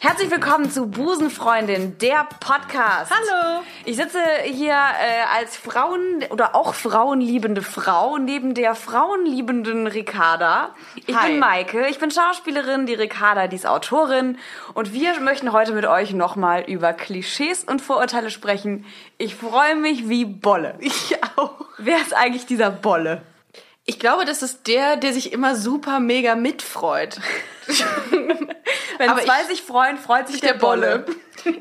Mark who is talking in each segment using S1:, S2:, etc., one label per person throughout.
S1: Herzlich willkommen zu Busenfreundin, der Podcast.
S2: Hallo.
S1: Ich sitze hier äh, als Frauen- oder auch frauenliebende Frau neben der frauenliebenden Ricarda. Ich
S2: Hi.
S1: bin Maike, ich bin Schauspielerin, die Ricarda, die ist Autorin. Und wir möchten heute mit euch nochmal über Klischees und Vorurteile sprechen. Ich freue mich wie Bolle.
S2: Ich auch.
S1: Wer ist eigentlich dieser Bolle?
S2: Ich glaube, das ist der, der sich immer super mega mitfreut.
S1: Wenn
S2: Aber
S1: zwei
S2: ich-
S1: sich freuen, freut sich der, Bolle.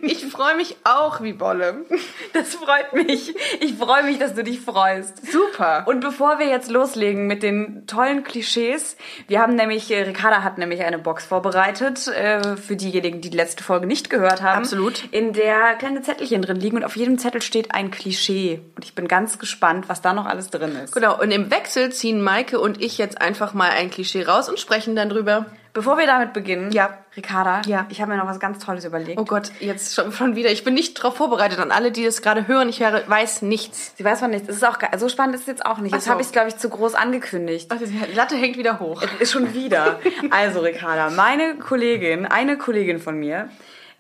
S2: Ich freue mich auch wie Bolle.
S1: Das freut mich. Ich freue mich, dass du dich freust.
S2: Super.
S1: Und bevor wir jetzt loslegen mit den tollen Klischees, wir haben nämlich, äh, Ricarda hat nämlich eine Box vorbereitet, äh, für diejenigen, die die letzte Folge nicht gehört haben.
S2: Absolut.
S1: In der kleine Zettelchen drin liegen und auf jedem Zettel steht ein Klischee. Und ich bin ganz gespannt, was da noch alles drin ist.
S2: Genau, und im Wechsel ziehen Maike und ich jetzt einfach mal ein Klischee raus und sprechen dann drüber.
S1: Bevor wir damit beginnen,
S2: Ja.
S1: Ricarda,
S2: Ja.
S1: ich habe mir noch was ganz Tolles überlegt.
S2: Oh Gott, jetzt schon, schon wieder. Ich bin nicht drauf vorbereitet. An alle, die das gerade hören, ich höre, weiß nichts.
S1: Sie weiß von nichts. Es ist auch ge- so spannend ist es jetzt auch nicht. Jetzt
S2: so.
S1: habe ich es glaube ich zu groß angekündigt.
S2: Die Latte hängt wieder hoch.
S1: Ist Äh, schon wieder. Also, Ricarda, meine Kollegin, eine Kollegin von mir,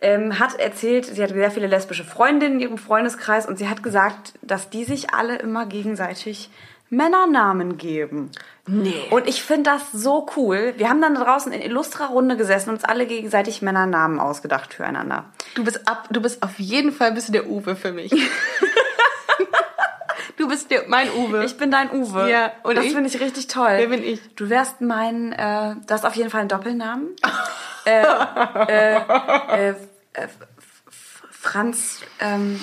S1: ähm, hat erzählt, sie hat sehr viele lesbische Freundinnen in ihrem Freundeskreis und sie hat gesagt, dass die sich alle immer gegenseitig Männernamen geben.
S2: Nee.
S1: Und ich finde das so cool. Wir haben dann draußen in illustrer Runde gesessen und uns alle gegenseitig Männernamen ausgedacht füreinander.
S2: Du bist ab, du bist auf jeden Fall bist du der Uwe für mich. du bist der, mein Uwe.
S1: Ich bin dein Uwe.
S2: Ja, und
S1: das
S2: ich?
S1: finde ich richtig toll.
S2: Wer bin ich?
S1: Du wärst mein, äh, du hast auf jeden Fall einen Doppelnamen. äh, äh, äh, f- f- Franz, ähm,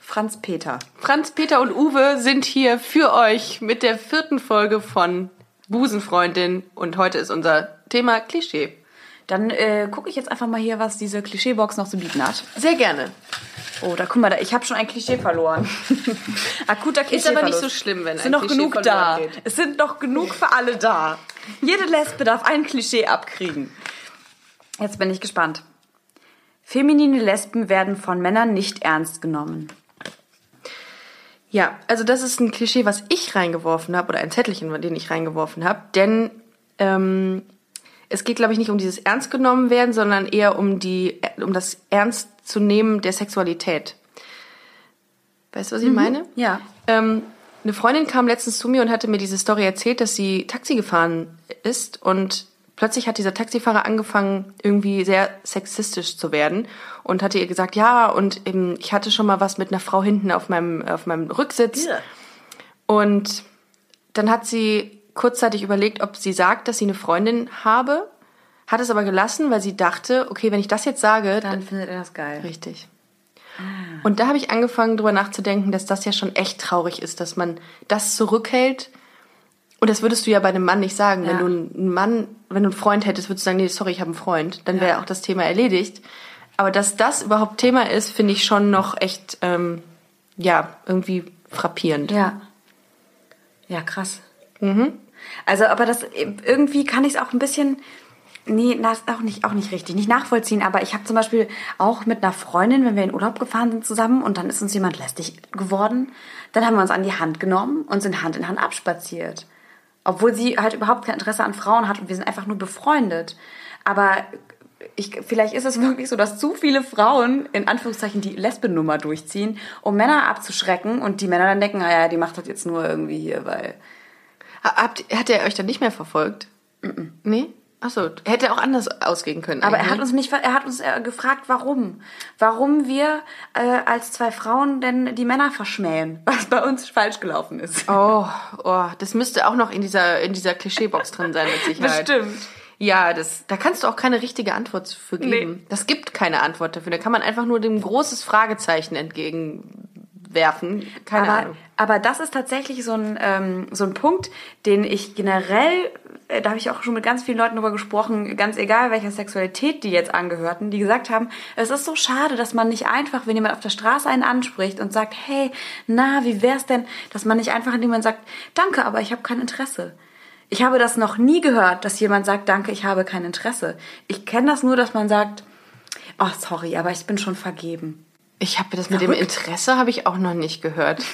S1: Franz Peter.
S2: Franz, Peter und Uwe sind hier für euch mit der vierten Folge von Busenfreundin und heute ist unser Thema Klischee.
S1: Dann äh, gucke ich jetzt einfach mal hier, was diese Klischeebox noch zu bieten hat.
S2: Sehr gerne.
S1: Oh, da guck mal, da, ich habe schon ein Klischee verloren. Akuter Klischee.
S2: aber nicht so schlimm, wenn
S1: es
S2: ein
S1: sind noch
S2: Klischee
S1: genug
S2: verloren
S1: da.
S2: geht.
S1: Es sind noch genug für alle da. Jede Lesbe darf ein Klischee abkriegen. Jetzt bin ich gespannt. Feminine Lesben werden von Männern nicht ernst genommen.
S2: Ja, also das ist ein Klischee, was ich reingeworfen habe oder ein Zettelchen, den ich reingeworfen habe, denn ähm, es geht, glaube ich, nicht um dieses ernst genommen werden, sondern eher um die, um das ernst zu nehmen der Sexualität. Weißt du, was ich meine?
S1: ja.
S2: Ähm, eine Freundin kam letztens zu mir und hatte mir diese Story erzählt, dass sie Taxi gefahren ist und plötzlich hat dieser Taxifahrer angefangen, irgendwie sehr sexistisch zu werden und hatte ihr gesagt, ja, und ähm, ich hatte schon mal was mit einer Frau hinten auf meinem, auf meinem Rücksitz. Und dann hat sie kurzzeitig überlegt, ob sie sagt, dass sie eine Freundin habe, hat es aber gelassen, weil sie dachte, okay, wenn ich das jetzt sage,
S1: Dann findet er das geil.
S2: Richtig. Und da habe ich angefangen, drüber nachzudenken, dass das ja schon echt traurig ist, dass man das zurückhält. Und das würdest du ja bei einem Mann nicht sagen. Wenn
S1: Ja.
S2: du einen Mann, wenn du einen Freund hättest, würdest du sagen, nee, sorry, ich habe einen Freund. Dann wäre auch das Thema erledigt. Aber dass das überhaupt Thema ist, finde ich schon noch echt, ähm, ja, irgendwie frappierend.
S1: Ja. Ja, krass. Also, aber das irgendwie kann ich es auch ein bisschen. Nee, das auch nicht, auch nicht richtig, nicht nachvollziehen. Aber ich habe zum Beispiel auch mit einer Freundin, wenn wir in Urlaub gefahren sind zusammen und dann ist uns jemand lästig geworden, dann haben wir uns an die Hand genommen und sind Hand in Hand abspaziert. Obwohl sie halt überhaupt kein Interesse an Frauen hat und wir sind einfach nur befreundet. Aber ich, vielleicht ist es wirklich so, dass zu viele Frauen in Anführungszeichen die Lesbennummer durchziehen, um Männer abzuschrecken und die Männer dann denken, naja, die macht das jetzt nur irgendwie hier, weil.
S2: Ha- Habt, hat er euch dann nicht mehr verfolgt? Nee? Achso, hätte auch anders ausgehen können.
S1: Aber er
S2: eigentlich,
S1: hat
S2: ne?
S1: uns nicht, ver- er hat uns äh, gefragt, warum, warum wir äh, als zwei Frauen denn die Männer verschmähen, was bei uns falsch gelaufen ist.
S2: Oh, oh, das müsste auch noch in dieser, in dieser Klischeebox drin sein, mit Sicherheit.
S1: Bestimmt.
S2: Ja, das, da kannst du auch keine richtige Antwort für geben. Das gibt keine Antwort dafür. Da kann man einfach nur dem großes Fragezeichen entgegenwerfen. Keine
S1: aber,
S2: Ahnung.
S1: aber das ist tatsächlich so ein, ähm, so ein Punkt, den ich generell, äh, da habe ich auch schon mit ganz vielen Leuten drüber gesprochen, ganz egal welcher Sexualität die jetzt angehörten, die gesagt haben, es ist so schade, dass man nicht einfach, wenn jemand auf der Straße einen anspricht und sagt, hey, na, wie wär's denn, dass man nicht einfach indem man sagt, danke, aber ich habe kein Interesse. Ich habe das noch nie gehört, dass jemand sagt, danke, ich habe kein Interesse. Ich kenne das nur, dass man sagt, oh, sorry, aber ich bin schon vergeben.
S2: Ich habe das mit dem
S1: Verrückt.
S2: Interesse habe ich auch noch nicht gehört.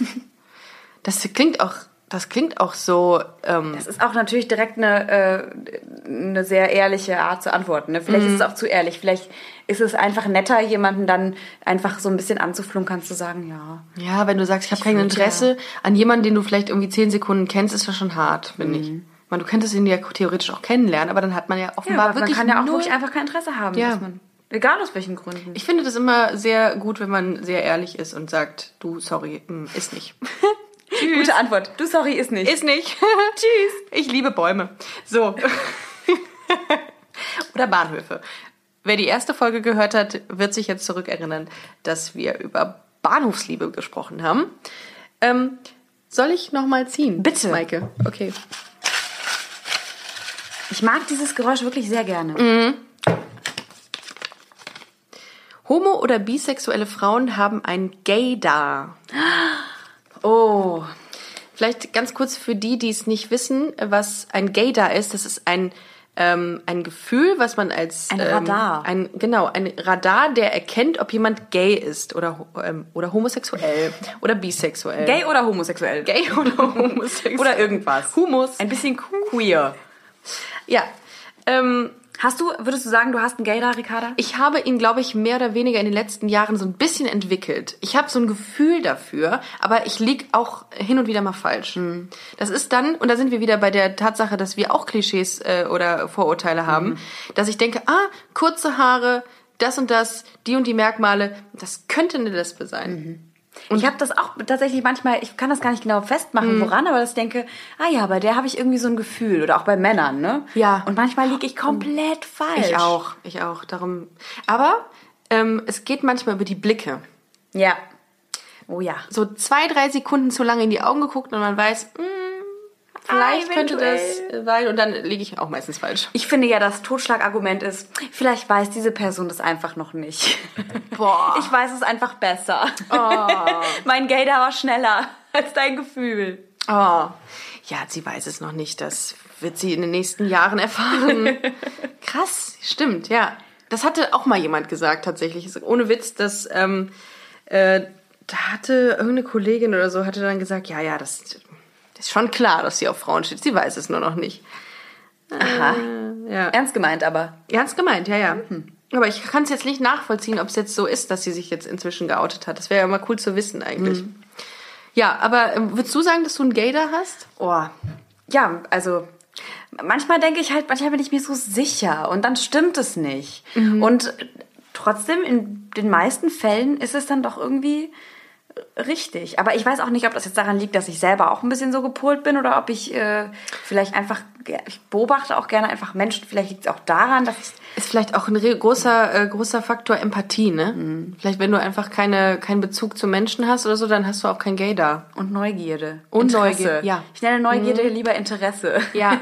S2: Das klingt auch, das klingt auch so. Ähm,
S1: Das ist auch natürlich direkt eine, äh, eine sehr ehrliche Art zu antworten. Ne? Vielleicht ist es
S2: Mhm.
S1: auch zu ehrlich. Vielleicht ist es einfach netter, jemanden dann einfach so ein bisschen anzuflunkern, zu sagen, ja.
S2: ja, wenn du sagst, ich habe kein
S1: find,
S2: Interesse an jemanden, den du vielleicht irgendwie zehn Sekunden kennst, ist das schon hart, finde ich. Ich meine, du könntest ihn ja theoretisch auch kennenlernen, aber dann hat man ja
S1: Mhm. ja
S2: offenbar
S1: aber man
S2: wirklich
S1: kann ja auch
S2: null
S1: wirklich einfach kein Interesse haben.
S2: Ja.
S1: Dass man, egal aus welchen Gründen.
S2: Ich finde das immer sehr gut, wenn man sehr ehrlich ist und sagt, du, sorry, mm, ist nicht.
S1: Gute Antwort. Du, sorry, ist nicht.
S2: Ist nicht. Tschüss. Ich liebe Bäume. So. Oder Bahnhöfe. Wer die erste Folge gehört hat, wird sich jetzt zurückerinnern, dass wir über Bahnhofsliebe gesprochen haben. Ähm, soll ich nochmal ziehen?
S1: Bitte.
S2: Maike. Okay.
S1: Ich mag dieses Geräusch wirklich sehr gerne.
S2: Mhm. Homo- oder bisexuelle Frauen haben ein Gaydar.
S1: Oh,
S2: Vielleicht ganz kurz für die, die es nicht wissen, was ein Gaydar ist. Das ist ein ähm, ein Gefühl, was man als
S1: Ein
S2: ähm,
S1: Radar.
S2: ein genau ein Radar, der erkennt, ob jemand gay ist oder ho- ähm, oder homosexuell oder bisexuell,
S1: gay oder homosexuell?
S2: gay oder homosexuell
S1: Oder irgendwas.
S2: Humus.
S1: Ein bisschen queer.
S2: Ja, ähm,
S1: Hast du, würdest du sagen, du hast einen Gaydar, Ricarda?
S2: ich habe ihn, glaube ich, mehr oder weniger in den letzten Jahren so ein bisschen entwickelt. Ich habe so ein Gefühl dafür, aber ich lieg auch hin und wieder mal falsch. Hm. Das ist dann, und da sind wir wieder bei der Tatsache, dass wir auch Klischees äh, oder Vorurteile haben, dass ich denke, ah, kurze Haare, das und das, die und die Merkmale, das könnte eine Lesbe sein.
S1: ich habe das auch tatsächlich manchmal, ich kann das gar nicht genau
S2: Mhm.
S1: festmachen, woran, aber dass ich denke, ah ja, bei der habe ich irgendwie so ein Gefühl. Oder auch bei Männern, ne?
S2: Ja.
S1: Und manchmal liege ich komplett falsch.
S2: Ich auch, ich auch, darum. Aber ähm, es geht manchmal über die Blicke.
S1: Ja. Oh ja.
S2: so zwei, drei Sekunden zu lange in die Augen geguckt und man weiß, mm, vielleicht
S1: Ah,
S2: könnte das
S1: eventuell.
S2: sein und dann liege ich auch meistens falsch.
S1: Ich finde ja, das Totschlagargument ist, vielleicht weiß diese Person das einfach noch nicht.
S2: Boah.
S1: Ich weiß es einfach besser. mein Gaydar war schneller als dein Gefühl.
S2: Oh. Ja, sie weiß es noch nicht, das wird sie in den nächsten Jahren erfahren. Krass, stimmt, ja. Das hatte auch mal jemand gesagt tatsächlich, Ist ohne Witz, dass ähm, äh, da hatte irgendeine Kollegin oder so, hatte dann gesagt, ja, ja, das, das ist schon klar, dass sie auf Frauen steht, sie weiß es nur noch nicht.
S1: Ernst gemeint aber.
S2: Ernst gemeint, ja, ja. Aber ich kann es jetzt nicht nachvollziehen, ob es jetzt so ist, dass sie sich jetzt inzwischen geoutet hat. Das wäre ja mal cool zu wissen eigentlich. Ja, aber ähm, würdest du sagen, dass du einen Gator hast?
S1: Oh. Ja, also manchmal denke ich halt, manchmal bin ich mir so sicher und dann stimmt es nicht.
S2: Mhm.
S1: Und trotzdem, in den meisten Fällen ist es dann doch irgendwie richtig. Aber ich weiß auch nicht, ob das jetzt daran liegt, dass ich selber auch ein bisschen so gepolt bin oder ob ich äh, vielleicht einfach, ge- ich beobachte auch gerne einfach Menschen. Vielleicht liegt es auch daran, dass ich
S2: Ist vielleicht auch ein re- großer, äh, großer Faktor Empathie, ne? Vielleicht, wenn du einfach keine, keinen Bezug zu Menschen hast oder so, dann hast du auch kein Gator.
S1: Und Neugierde.
S2: Und
S1: Interesse.
S2: Neugier- ja. Mhm.
S1: Ich nenne Neugierde lieber Interesse.
S2: Ja.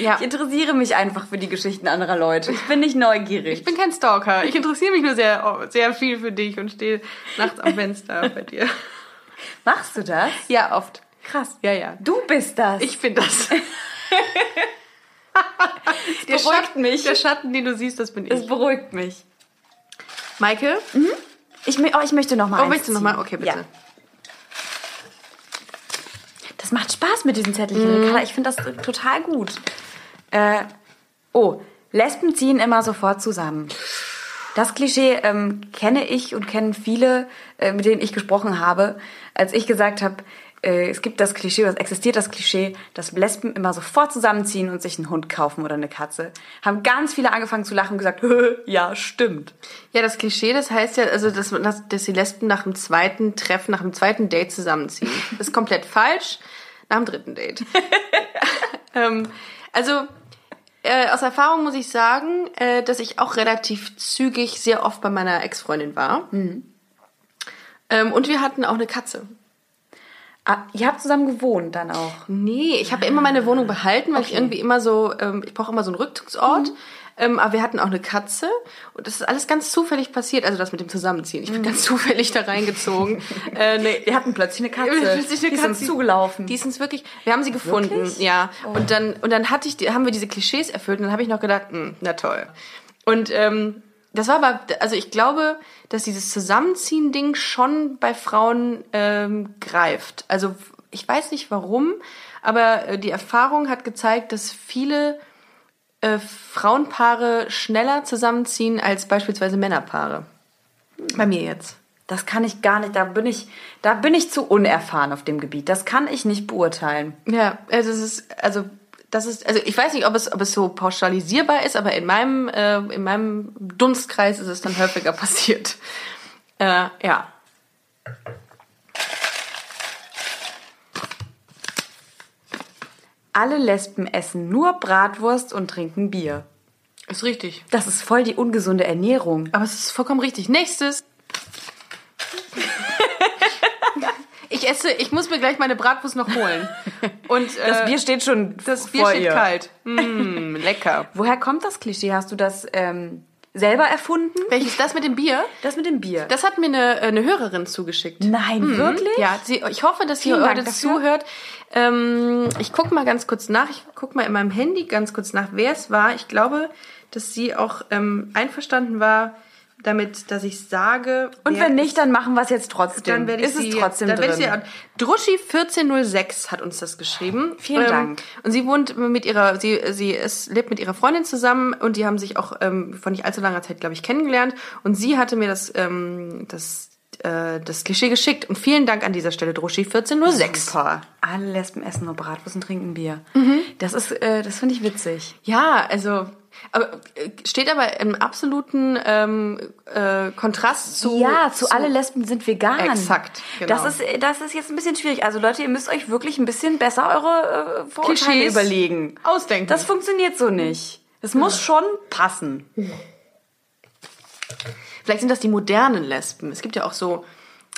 S2: Ja.
S1: Ich interessiere mich einfach für die Geschichten anderer Leute. Ich bin nicht neugierig.
S2: Ich bin kein Stalker. Ich interessiere mich nur sehr, oh, sehr viel für dich und stehe nachts am Fenster bei dir.
S1: Machst du das?
S2: Ja, oft.
S1: Krass.
S2: Ja, ja.
S1: Du bist das.
S2: Ich bin das. der
S1: beruhigt
S2: Schatten,
S1: mich.
S2: Der Schatten, den du siehst, das bin
S1: es
S2: ich.
S1: beruhigt mich.
S2: Maike?
S1: Ich, mö- oh, ich möchte noch mal
S2: Oh,
S1: eins
S2: willst du
S1: ziehen.
S2: nochmal? Okay, bitte.
S1: Ja. Das macht Spaß mit diesen Zettelchen,
S2: Mhm.
S1: Ricarda. Ich finde das äh, total gut. Äh, oh, Lesben ziehen immer sofort zusammen. Das Klischee ähm, kenne ich und kennen viele, äh, mit denen ich gesprochen habe, als ich gesagt habe, äh, es gibt das Klischee, oder es existiert das Klischee, dass Lesben immer sofort zusammenziehen und sich einen Hund kaufen oder eine Katze. Haben ganz viele angefangen zu lachen und gesagt, "Hö, ja, stimmt.
S2: Ja, das Klischee, das heißt ja, also, dass, man- dass, dass die Lesben nach dem zweiten Treffen, nach dem zweiten Date zusammenziehen. Das ist komplett falsch. Nach dem dritten Date. ähm, also, äh, aus Erfahrung muss ich sagen, äh, dass ich auch relativ zügig sehr oft bei meiner Ex-Freundin war. Ähm, und wir hatten auch eine Katze.
S1: Ah, ihr habt zusammen gewohnt dann auch.
S2: Nee, ich habe immer meine Wohnung behalten, weil ich irgendwie immer so, ähm, ich brauche immer so einen Rückzugsort. Ähm, aber wir hatten auch eine Katze und das ist alles ganz zufällig passiert. Also das mit dem Zusammenziehen. Ich bin ganz zufällig da reingezogen. äh, nee, wir hatten plötzlich eine
S1: Katze.
S2: Plötzlich eine
S1: Die ist
S2: Katze.
S1: uns zugelaufen.
S2: Die ist uns wirklich. Wir haben sie gefunden, ja. Und dann und dann hatte ich, die- haben wir diese Klischees erfüllt und dann habe ich noch gedacht, hm, na toll. Und ähm, das war aber, also ich glaube, dass dieses Zusammenziehen-Ding schon bei Frauen ähm, greift. Also ich weiß nicht warum, aber äh, die Erfahrung hat gezeigt, dass viele äh, Frauenpaare schneller zusammenziehen als beispielsweise Männerpaare. Bei mir jetzt.
S1: Das kann ich gar nicht, da bin ich, da bin ich zu unerfahren auf dem Gebiet. Das kann ich nicht beurteilen.
S2: Ja, also es ist, also das ist, also ich weiß nicht, ob es, ob es so pauschalisierbar ist, aber in meinem, äh, in meinem Dunstkreis ist es dann häufiger passiert. Äh, ja.
S1: Alle Lesben essen nur Bratwurst und trinken Bier.
S2: Ist richtig.
S1: Das ist voll die ungesunde Ernährung.
S2: Aber es ist vollkommen richtig. Nächstes. ich esse, ich muss mir gleich meine Bratwurst noch holen. Und äh,
S1: Das Bier steht schon
S2: das Bier
S1: vor
S2: steht
S1: ihr.
S2: kalt. Mm, lecker.
S1: Woher kommt das Klischee? Hast du das ähm, selber erfunden?
S2: Welches das mit dem Bier?
S1: Das mit dem Bier.
S2: Das hat mir eine, eine Hörerin zugeschickt.
S1: Nein, wirklich?
S2: Mhm. Ja, sie, ich hoffe, dass ihr
S1: Vielen Dank
S2: heute
S1: dafür.
S2: zuhört. Ähm, ich gucke mal ganz kurz nach. Ich gucke mal in meinem Handy ganz kurz nach, wer es war. Ich glaube, dass sie auch ähm, einverstanden war damit, dass ich sage.
S1: Und
S2: wer
S1: wenn
S2: es-
S1: nicht, dann machen wir es jetzt trotzdem.
S2: dann werde ich
S1: ist es
S2: sie,
S1: trotzdem
S2: dann werde
S1: drin.
S2: ich sie an. Druschi 1406 hat uns das geschrieben.
S1: Ah,
S2: Ähm,
S1: Vielen Dank.
S2: Und sie wohnt mit ihrer, sie, sie ist, lebt mit ihrer Freundin zusammen und die haben sich auch ähm, vor nicht allzu langer Zeit, glaube ich, kennengelernt. Und sie hatte mir das, ähm, das, äh, das Klischee geschickt. Und vielen Dank an dieser Stelle, Druschi 1406.
S1: Super. Alle Lesben essen nur Bratwurst und trinken Bier.
S2: Mhm.
S1: Das ist, äh, das finde ich witzig.
S2: Ja, also aber, äh, steht aber im absoluten ähm, äh, Kontrast zu
S1: Ja, zu alle Lesben sind vegan.
S2: Exakt, genau.
S1: Das ist, äh, das ist jetzt ein bisschen schwierig. Also Leute, ihr müsst euch wirklich ein bisschen besser eure äh, Vorurteile
S2: Klischees
S1: überlegen.
S2: ausdenken.
S1: Das funktioniert so nicht. Es muss schon passen.
S2: Vielleicht sind das die modernen Lesben. Es gibt ja auch so,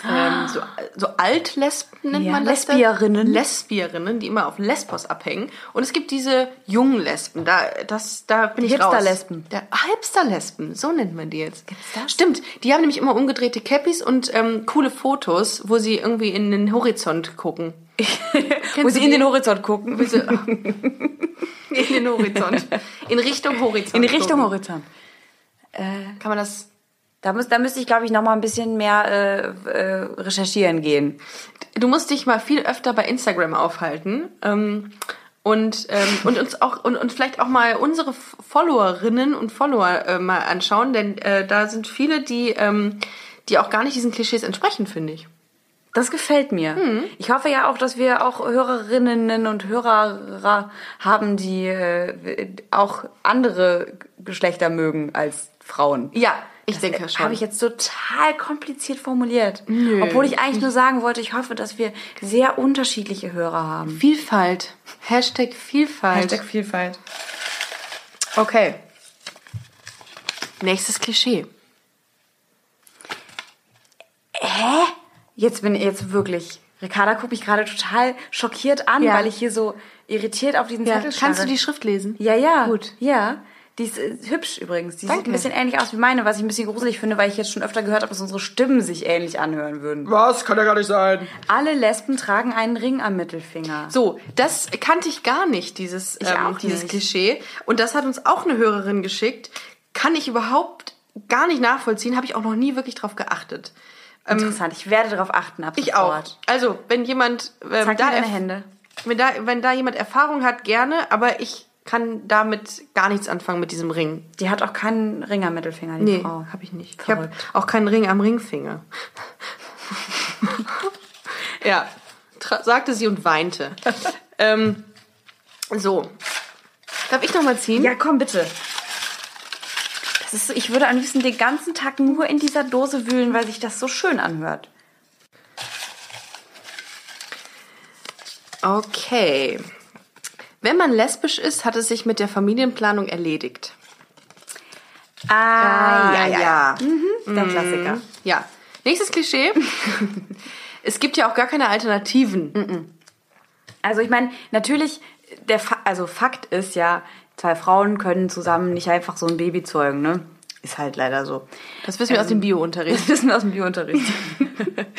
S2: ähm, so, so Altlesben nennt
S1: Ja,
S2: man das. dann?
S1: Lesbierinnen.
S2: Lesbierinnen, die immer auf Lesbos abhängen. Und es gibt diese jungen Lesben. Da, das, da bin ich
S1: Hipster-Lesben.
S2: raus. Der- ah, Hipster-Lesben, so nennt man die jetzt.
S1: Gibt's das?
S2: Stimmt, die haben nämlich immer umgedrehte Cappies und ähm, coole Fotos, wo sie irgendwie in den Horizont gucken.
S1: Wo sie
S2: du
S1: in
S2: die?
S1: den Horizont gucken.
S2: Wo sie- in den Horizont. In Richtung Horizont.
S1: In die Richtung
S2: gucken.
S1: Horizont.
S2: Kann man das
S1: Da, muss, da müsste ich, glaube ich, noch mal ein bisschen mehr äh, äh, recherchieren gehen.
S2: Du musst dich mal viel öfter bei Instagram aufhalten. Ähm, und, ähm, und uns auch und, und vielleicht auch mal unsere F- Followerinnen und Follower äh, mal anschauen, denn äh, da sind viele, die, ähm, die auch gar nicht diesen Klischees entsprechen, finde ich.
S1: Das gefällt mir.
S2: Hm.
S1: Ich hoffe ja auch, dass wir auch Hörerinnen und Hörer haben, die äh, auch andere Geschlechter mögen als Frauen.
S2: Ja, ich
S1: Das,
S2: denke
S1: äh,
S2: schon.
S1: Habe ich jetzt total kompliziert formuliert. Obwohl ich eigentlich nur sagen wollte, ich hoffe, dass wir sehr unterschiedliche Hörer haben.
S2: Vielfalt. Hashtag Vielfalt.
S1: Vielfalt.
S2: Okay. Nächstes Klischee.
S1: Jetzt bin ich jetzt wirklich. Ricarda guckt mich gerade total schockiert an,
S2: Ja.
S1: weil ich hier so irritiert auf diesen
S2: Ja,
S1: Zettel
S2: kannst du
S1: starre.
S2: die Schrift lesen?
S1: Ja, ja.
S2: Gut.
S1: Ja. Die ist äh, hübsch übrigens. Die sieht
S2: Danke.
S1: ein bisschen ähnlich aus wie meine, was ich ein bisschen gruselig finde, weil ich jetzt schon öfter gehört habe, dass unsere Stimmen sich ähnlich anhören würden.
S3: Was? Kann ja gar nicht sein.
S1: Alle Lesben tragen einen Ring am Mittelfinger.
S2: So, das kannte ich gar nicht, dieses, ähm,
S1: auch
S2: dieses
S1: nicht.
S2: Klischee. Und das hat uns auch eine Hörerin geschickt. Kann ich überhaupt gar nicht nachvollziehen, habe ich auch noch nie wirklich drauf geachtet.
S1: Interessant. Ich werde darauf achten ab
S2: Ähm, Ich auch.
S1: sofort.
S2: Also, wenn jemand ähm,
S1: Oh Zeig
S2: da,
S1: mir deine
S2: erf-
S1: Hände.
S2: Wenn, da, wenn da jemand Erfahrung hat, gerne, aber ich kann damit gar nichts anfangen mit diesem Ring.
S1: Die hat auch keinen Ring am Mittelfinger, die
S2: Nee,
S1: Frau.
S2: habe Oh, ich nicht.
S1: Verrückt.
S2: Ich habe auch keinen Ring am Ringfinger. ja, tra- sagte sie und weinte. ähm, so. Darf ich noch mal ziehen?
S1: Ja, komm bitte. Das ist so, ich würde am liebsten den ganzen Tag nur in dieser Dose wühlen, weil sich das so schön anhört.
S2: Okay. Wenn man lesbisch ist, hat es sich mit der Familienplanung erledigt.
S1: Ah,
S2: ja. Mhm.
S1: Der Klassiker.
S2: Ja. Nächstes Klischee. es gibt ja auch gar keine Alternativen.
S1: Also ich meine, natürlich, der Fa also Fakt ist ja, zwei Frauen können zusammen nicht einfach so ein Baby zeugen, ne? Ist halt leider so.
S2: Das wissen wir aus dem Bio-Unterricht.
S1: Das wissen wir aus dem Biounterricht.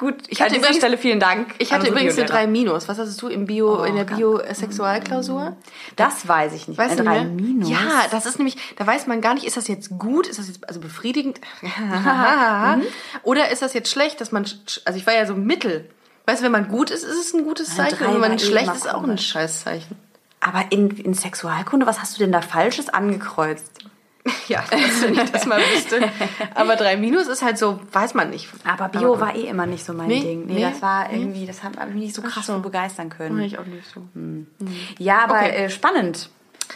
S1: Gut, ich hatte
S2: hatte
S1: an dieser
S2: übrigens-
S1: Stelle vielen Dank.
S2: Ich hatte
S1: an unsere
S2: übrigens eine
S1: Biolehrer.
S2: 3 Minus. Was hattest du im Bio, in der
S1: gar-
S2: Bio-Sexualklausur?
S1: Das weiß ich nicht.
S2: Weißt
S1: eine
S2: du
S1: drei
S2: nicht mehr?
S1: Minus.
S2: Ja, das ist nämlich, da weiß man gar nicht, ist das jetzt gut, ist das jetzt also befriedigend
S1: Mhm.
S2: oder ist das jetzt schlecht, dass man, sch- also ich war ja so mittel. Weißt du, wenn man gut ist, ist es ein gutes
S1: Eine
S2: Zeichen.
S1: Drei
S2: Wenn man
S1: war eh
S2: schlecht
S1: immer
S2: ist, auch ein
S1: komisch.
S2: Scheißzeichen.
S1: Aber in, in Sexualkunde, was hast du denn da Falsches angekreuzt?
S2: Ja, das, wenn ich das mal wüsste. Aber 3 Minus ist halt so, weiß man nicht.
S1: Aber Bio
S2: gut.
S1: war eh immer nicht so mein
S2: Nee,
S1: Ding. Nee,
S2: nee,
S1: das war irgendwie, das hat mich nicht so krass
S2: so.
S1: so. Oh, begeistern können.
S2: Mach ich auch nicht so.
S1: Mhm. Ja, aber
S2: Okay.
S1: äh, spannend.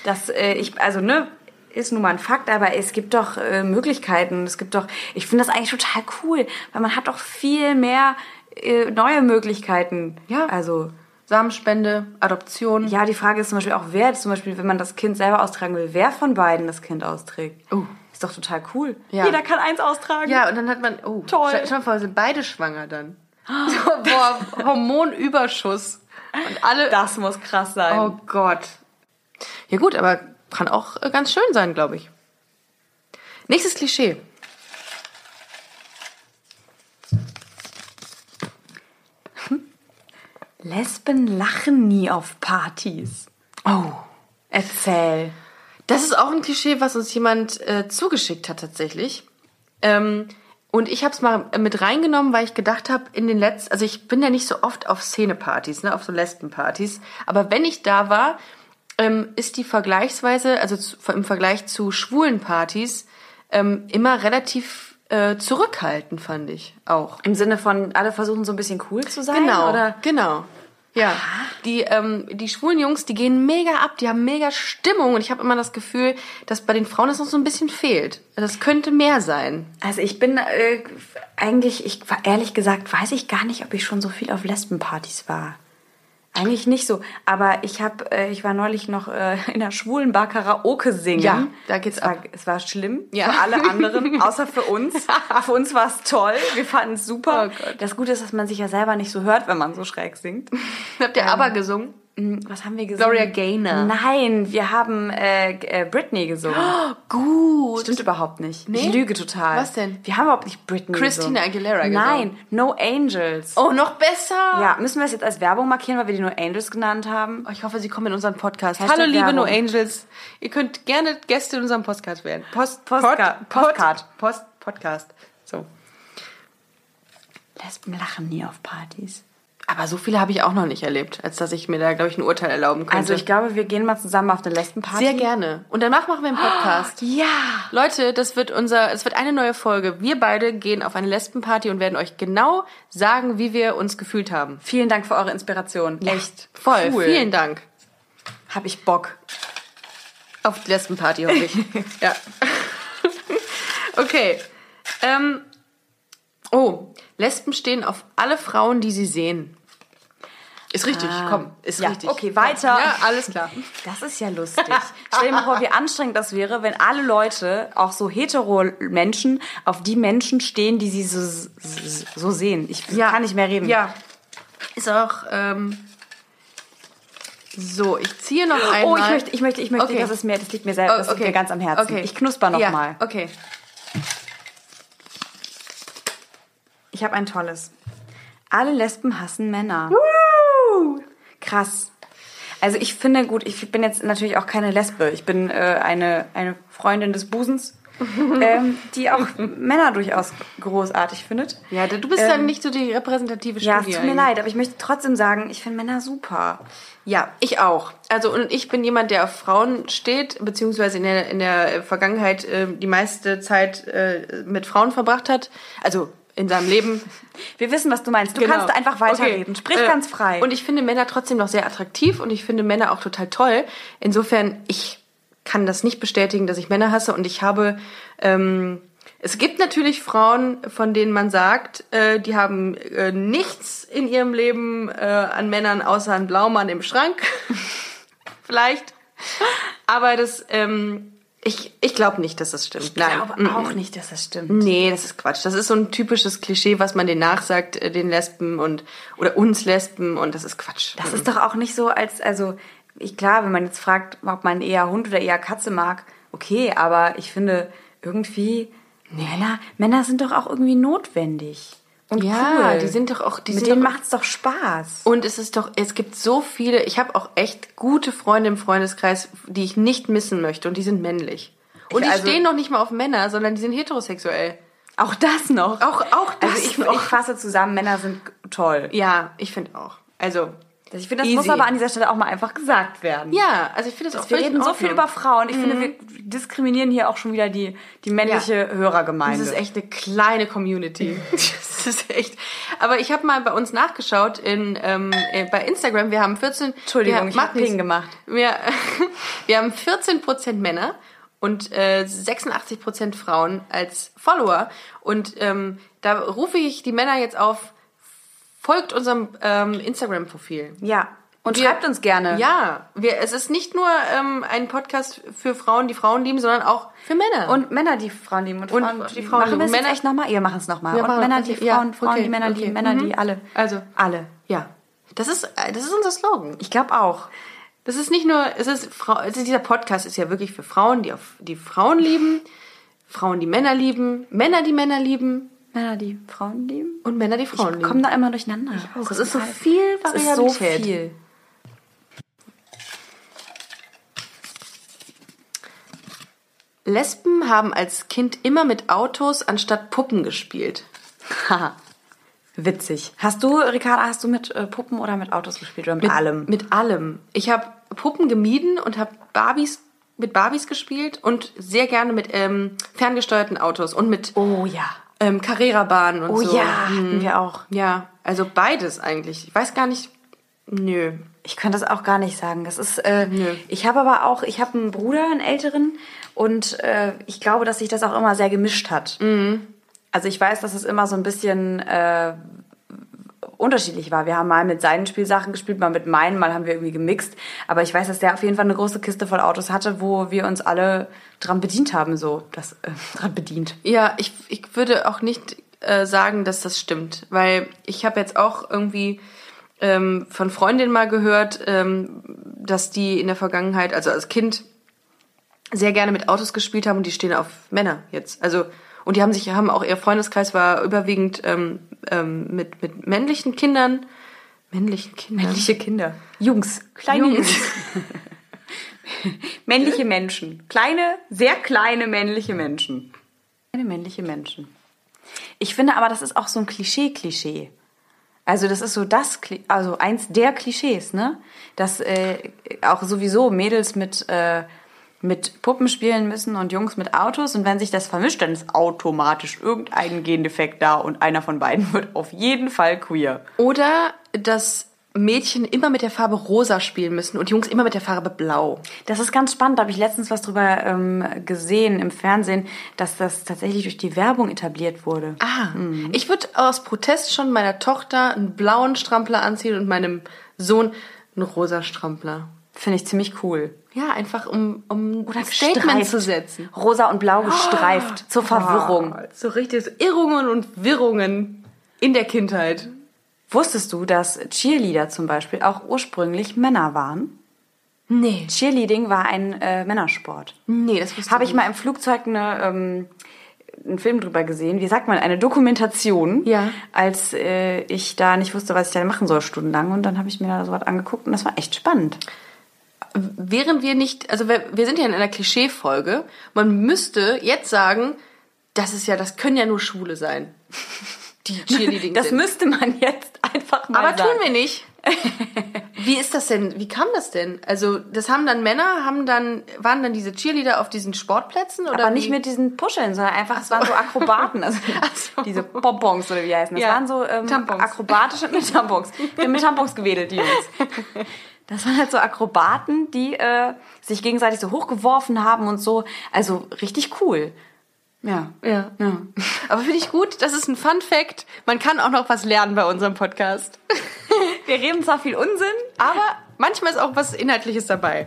S1: Das, äh, ich, also, ne, ist nun mal ein Fakt, aber es gibt doch äh, Möglichkeiten. Es gibt doch, ich finde das eigentlich total cool, weil man hat doch viel mehr äh, neue Möglichkeiten.
S2: Ja.
S1: Also,
S2: Samenspende, Adoption.
S1: ja, die Frage ist zum Beispiel auch, wer zum Beispiel, wenn man das Kind selber austragen will, wer von beiden das Kind austrägt.
S2: Oh.
S1: Ist doch total cool.
S2: Ja.
S1: Jeder kann eins austragen.
S2: Ja, und dann hat man, oh,
S1: Toll.
S2: Stell, stell mal vor, sind beide schwanger dann. So, boah, Hormonüberschuss. Und alle,
S1: Das muss krass sein.
S2: oh Gott. Ja gut, aber kann auch äh, ganz schön sein, glaube ich. Nächstes Klischee.
S1: Lesben lachen nie auf Partys.
S2: Oh.
S1: Erzähl.
S2: Das ist auch ein Klischee, was uns jemand äh, zugeschickt hat tatsächlich. Ähm, und ich habe es mal äh, mit reingenommen, weil ich gedacht habe, in den letzten, also ich bin ja nicht so oft auf Szenepartys, ne, auf so Lesbenpartys, aber wenn ich da war, ähm, ist die vergleichsweise, also zu, im Vergleich zu schwulen Partys, ähm, immer relativ äh, zurückhaltend, fand ich auch.
S1: Im Sinne von, alle versuchen so ein bisschen cool zu sein?
S2: Genau,
S1: Oder?
S2: genau. Ja, die, ähm, die schwulen Jungs, die gehen mega ab, die haben mega Stimmung und ich habe immer das Gefühl, dass bei den Frauen das noch so ein bisschen fehlt. Das könnte mehr sein.
S1: Also ich bin äh, eigentlich, ich ehrlich gesagt, weiß ich gar nicht, ob ich schon so viel auf Lesbenpartys war. Eigentlich nicht so, aber ich habe, äh, ich war neulich noch äh, in einer schwulen Bar Karaoke singen.
S2: Ja, da geht's
S1: es war,
S2: ab.
S1: Es war schlimm
S2: Ja.
S1: für alle anderen, außer für uns. für uns war es toll, wir fanden es super.
S2: Oh Gott.
S1: Das Gute ist, dass man sich ja selber nicht so hört, wenn man so schräg singt.
S2: Habt ihr aber gesungen?
S1: Hm, Was haben wir gesungen?
S2: Gloria Gaynor.
S1: Nein, wir haben äh, äh, Britney gesungen.
S2: Gut.
S1: Stimmt überhaupt nicht.
S2: Nee?
S1: Ich lüge total.
S2: Was denn?
S1: Wir haben überhaupt nicht Britney
S2: Christina
S1: gesungen.
S2: Aguilera gesungen.
S1: Nein, No Angels.
S2: Oh, noch besser.
S1: Ja, müssen wir es jetzt als Werbung markieren, weil wir die No Angels genannt haben?
S2: Oh, Ich hoffe, sie kommen in unseren Podcast.
S1: Hashtag
S2: Hallo, liebe
S1: Werbung.
S2: No Angels. Ihr könnt gerne Gäste in unserem Podcast werden. Post,
S1: Postka-
S2: Pod,
S1: Postcard.
S2: Pod, Post, Podcast. So.
S1: Lesben lachen nie auf Partys.
S2: Aber so viele habe ich auch noch nicht erlebt, als dass ich mir da, glaube ich, ein Urteil erlauben könnte.
S1: Also ich glaube, wir gehen mal zusammen auf eine Lesbenparty.
S2: Sehr gerne. Und danach machen wir einen Podcast.
S1: Ja.
S2: Leute, das wird unser, es wird eine neue Folge. Wir beide gehen auf eine Lesbenparty und werden euch genau sagen, wie wir uns gefühlt haben.
S1: Vielen Dank für eure Inspiration. Echt.
S2: Voll.
S1: Cool.
S2: Vielen Dank.
S1: Hab ich Bock.
S2: Auf die Lesbenparty hoffe ich. ja. okay. Ähm, oh, Lesben stehen auf alle Frauen, die sie sehen. Ah. Ist richtig, komm, ist
S1: Ja,
S2: richtig.
S1: okay, weiter.
S2: Ja, alles klar.
S1: Das ist ja lustig. Stell dir mal vor, wie anstrengend das wäre, wenn alle Leute, auch so hetero Menschen, auf die Menschen stehen, die sie so, so sehen. Ich kann nicht mehr reden.
S2: Ja. Ist auch. Ähm, so, ich ziehe noch einmal.
S1: Oh, ich möchte, ich möchte, ich möchte,
S2: Okay.
S1: das ist mir, das liegt mir sehr, das liegt mir ganz am Herzen.
S2: Oh, Okay.
S1: Ich knusper noch
S2: ja.
S1: mal.
S2: Okay.
S1: Ich habe ein tolles. Alle Lesben hassen Männer. Krass. Also ich finde gut, ich bin jetzt natürlich auch keine Lesbe. Ich bin äh, eine, eine Freundin des Busens, ähm, die auch Männer durchaus großartig findet.
S2: Ja, du bist dann nicht so die repräsentative
S1: Ähm,
S2: Studie.
S1: Ja, es tut mir
S2: eigentlich.
S1: leid, aber ich möchte trotzdem sagen, ich finde Männer super.
S2: Ja, ich auch. Also und ich bin jemand, der auf Frauen steht, beziehungsweise in der, in der Vergangenheit äh, die meiste Zeit äh, mit Frauen verbracht hat. Also in seinem Leben.
S1: Wir wissen, was du meinst. Du
S2: Genau.
S1: kannst einfach weiterreden.
S2: Okay.
S1: Sprich
S2: Äh,
S1: ganz frei.
S2: Und ich finde Männer trotzdem noch sehr attraktiv und ich finde Männer auch total toll. Insofern, ich kann das nicht bestätigen, dass ich Männer hasse und ich habe. Ähm, es gibt natürlich Frauen, von denen man sagt, äh, die haben äh, nichts in ihrem Leben äh, an Männern außer einen Blaumann im Schrank. Vielleicht. Aber das, ähm, ich, ich glaube nicht, dass das stimmt.
S1: ich
S2: Nein.
S1: glaube auch nicht, dass das stimmt.
S2: Nee, das ist Quatsch. Das ist so ein typisches Klischee, was man denen nachsagt, äh, den Lesben und oder uns Lesben und das ist Quatsch.
S1: Mhm. Das ist doch auch nicht so, als also ich, klar, wenn man jetzt fragt, ob man eher Hund oder eher Katze mag, okay, aber ich finde irgendwie, Männer, Männer sind doch auch irgendwie notwendig. Und
S2: ja,
S1: cool.
S2: die sind doch auch, die
S1: Mit
S2: sind
S1: denen
S2: doch,
S1: macht's doch Spaß.
S2: und es ist doch, es gibt so viele, ich habe auch echt gute Freunde im Freundeskreis, die ich nicht missen möchte und die sind männlich. Und
S1: Ich
S2: die
S1: also-
S2: stehen noch nicht mal auf Männer, sondern die sind heterosexuell.
S1: Auch das noch.
S2: Auch, auch das.
S1: Also ich,
S2: noch.
S1: ich fasse zusammen, Männer sind toll.
S2: ja, ich finde auch. Also,
S1: Ich finde, das
S2: Easy.
S1: muss aber an dieser Stelle auch mal einfach gesagt werden.
S2: ja, also ich finde das auch
S1: Wir
S2: völlig
S1: reden
S2: in
S1: so viel
S2: Ordnung.
S1: über Frauen. Ich finde, wir diskriminieren hier auch schon wieder die, die männliche Hörergemeinde.
S2: Das ist echt eine kleine Community. Das ist echt. Aber ich habe mal bei uns nachgeschaut in, ähm, äh, bei Instagram. Wir haben 14.
S1: Entschuldigung,
S2: wir,
S1: ich hab
S2: Markus,
S1: Ping gemacht.
S2: Wir, wir haben 14 Prozent Männer und äh, 86 Prozent Frauen als Follower. Und ähm, da rufe ich die Männer jetzt auf. Folgt unserem ähm, Instagram-Profil.
S1: ja. Und
S2: Wir-
S1: schreibt uns gerne.
S2: Ja, wir, es ist nicht nur ähm, ein Podcast für Frauen, die Frauen lieben, sondern auch für Männer.
S1: Und Männer, die Frauen lieben. Und,
S2: Und
S1: Frauen,
S2: die Frauen
S1: machen wir es
S2: lieben.
S1: jetzt
S2: Männer-
S1: echt nochmal? Ihr machen es nochmal.
S2: Wir
S1: Und
S2: machen-
S1: Männer, die
S2: okay, ja,
S1: Frauen, Frauen, die
S2: okay,
S1: Männer, die
S2: okay,
S1: Männer,
S2: mhm.
S1: die alle.
S2: Also.
S1: Alle.
S2: ja, das ist, äh, das ist unser Slogan.
S1: Ich glaube auch.
S2: Das ist nicht nur, es ist, Frau, also dieser Podcast ist ja wirklich für Frauen, die, auf, die Frauen lieben, Frauen, die Männer lieben, Männer, die Männer lieben
S1: Männer, die Frauen lieben.
S2: und Männer, die Frauen lieben.
S1: Kommen da immer durcheinander.
S2: auch, es ist so viel
S1: Es ist so
S2: Variabilität.
S1: viel.
S2: Lesben haben als Kind immer mit Autos anstatt Puppen gespielt.
S1: Haha. Witzig. Hast du, Ricarda, hast du mit äh, Puppen oder mit Autos gespielt? Oder mit, allem?
S2: Mit allem. Ich habe Puppen gemieden und habe Barbies mit Barbies gespielt und sehr gerne mit ähm, ferngesteuerten Autos und mit
S1: Oh ja.
S2: ähm, Carrera-Bahnen und
S1: Oh
S2: so. Hm.
S1: ja, hatten wir auch.
S2: Ja, also beides eigentlich. Ich weiß gar nicht. Nö.
S1: Ich kann das auch gar nicht sagen. Das ist, äh,
S2: Nö.
S1: ich habe aber auch, ich habe einen Bruder, einen älteren, und äh, ich glaube, dass sich das auch immer sehr gemischt hat. Also ich weiß, dass es immer so ein bisschen äh, unterschiedlich war. Wir haben mal mit seinen Spielsachen gespielt, mal mit meinen, mal haben wir irgendwie gemixt. Aber ich weiß, dass der auf jeden Fall eine große Kiste voll Autos hatte, wo wir uns alle dran bedient haben, so das äh, dran bedient.
S2: Ja, ich, ich würde auch nicht äh, sagen, dass das stimmt, weil ich habe jetzt auch irgendwie ähm, von Freundinnen mal gehört, ähm, dass die in der Vergangenheit, also als Kind, sehr gerne mit Autos gespielt haben und die stehen auf Männer jetzt. Also und die haben sich haben auch ihr Freundeskreis war überwiegend ähm, ähm, mit mit männlichen Kindern, männlichen Kindern,
S1: Männliche Kinder, Jungs, kleine
S2: Jungs.
S1: Jungs. männliche Menschen, kleine, sehr kleine männliche Menschen. Kleine männliche Menschen. Ich finde aber, das ist auch so ein Klischee-Klischee. Also das ist so das, Kli- also eins der Klischees, ne? Dass äh, auch sowieso Mädels mit äh, mit Puppen spielen müssen und Jungs mit Autos und wenn sich das vermischt, dann ist automatisch irgendein Gendefekt da und einer von beiden wird auf jeden Fall queer.
S2: oder dass Mädchen immer mit der Farbe rosa spielen müssen und Jungs immer mit der Farbe blau.
S1: Das ist ganz spannend. Da habe ich letztens was drüber ähm, gesehen im Fernsehen, dass das tatsächlich durch die Werbung etabliert wurde.
S2: Ah,
S1: Mhm.
S2: ich würde aus Protest schon meiner Tochter einen blauen Strampler anziehen und meinem Sohn einen rosa Strampler.
S1: Finde ich ziemlich cool.
S2: Ja, einfach um, um ein
S1: Gestreift.
S2: zu setzen. Ah. Oh,
S1: Rosa und blau gestreift. Zur Verwirrung.
S2: So richtig so Irrungen und Wirrungen in der Kindheit.
S1: Wusstest du, dass Cheerleader zum Beispiel auch ursprünglich Männer waren?
S2: Nee.
S1: Cheerleading war ein äh, Männersport.
S2: Nee, das wusste
S1: Habe ich
S2: nicht.
S1: mal im Flugzeug eine, ähm, einen Film drüber gesehen, wie sagt man, eine Dokumentation,
S2: Ja.
S1: als äh, ich da nicht wusste, was ich da machen soll, stundenlang. Und dann habe ich mir da sowas angeguckt und das war echt spannend.
S2: Wären wir nicht, also wir, wir sind ja in einer Klischee-Folge. Man müsste jetzt sagen, das ist ja, das können ja nur Schwule sein. Die Cheerleading
S1: Das
S2: sind.
S1: müsste man jetzt einfach mal
S2: Aber
S1: sagen.
S2: tun wir nicht. Wie ist das denn? Wie kam das denn? Also, das haben dann Männer, haben dann, waren dann diese Cheerleader auf diesen Sportplätzen oder
S1: aber nicht
S2: wie?
S1: mit diesen Puscheln, sondern einfach, es waren so Akrobaten, also
S2: so.
S1: diese Bonbons oder wie die heißen. Das
S2: Ja,
S1: waren so ähm,
S2: Tampons.
S1: akrobatische mit Tampons. Die haben mit Tampons gewedelt, die Jungs. Das waren halt so Akrobaten, die äh, sich gegenseitig so hochgeworfen haben und so. Also richtig cool. Ja.
S2: Ja. Aber finde ich gut, das ist ein Fun Fact. Man kann auch noch was lernen bei unserem Podcast.
S1: Wir reden zwar viel Unsinn,
S2: Aber manchmal ist auch was Inhaltliches dabei.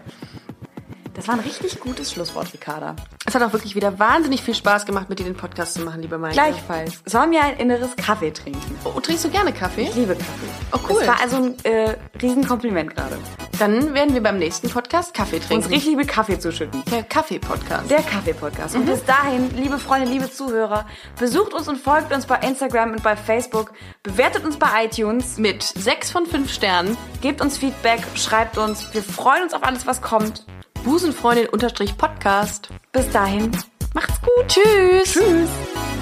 S1: Das war ein richtig gutes Schlusswort, Ricarda.
S2: Es hat auch wirklich wieder wahnsinnig viel Spaß gemacht, mit dir den Podcast zu machen, liebe Maike.
S1: Gleichfalls. Sollen wir ein inneres Kaffee trinken?
S2: Oh, trinkst du gerne Kaffee?
S1: Ich liebe Kaffee.
S2: Oh, cool.
S1: Das war also ein äh, Riesenkompliment gerade.
S2: Dann werden wir beim nächsten Podcast Kaffee
S1: Uns
S2: trinken.
S1: richtig mit Kaffee zuschütten.
S2: Der Kaffee-Podcast.
S1: Der Kaffee-Podcast. Und bis dahin, liebe Freunde, liebe Zuhörer, besucht uns und folgt uns bei Instagram und bei Facebook, bewertet uns bei iTunes,
S2: Mit sechs von fünf Sternen,
S1: gebt uns Feedback, schreibt uns. Wir freuen uns auf alles, was kommt.
S2: Busenfreundin-Podcast.
S1: Bis dahin,
S2: Macht's gut. Tschüss. Tschüss.
S1: tschüss.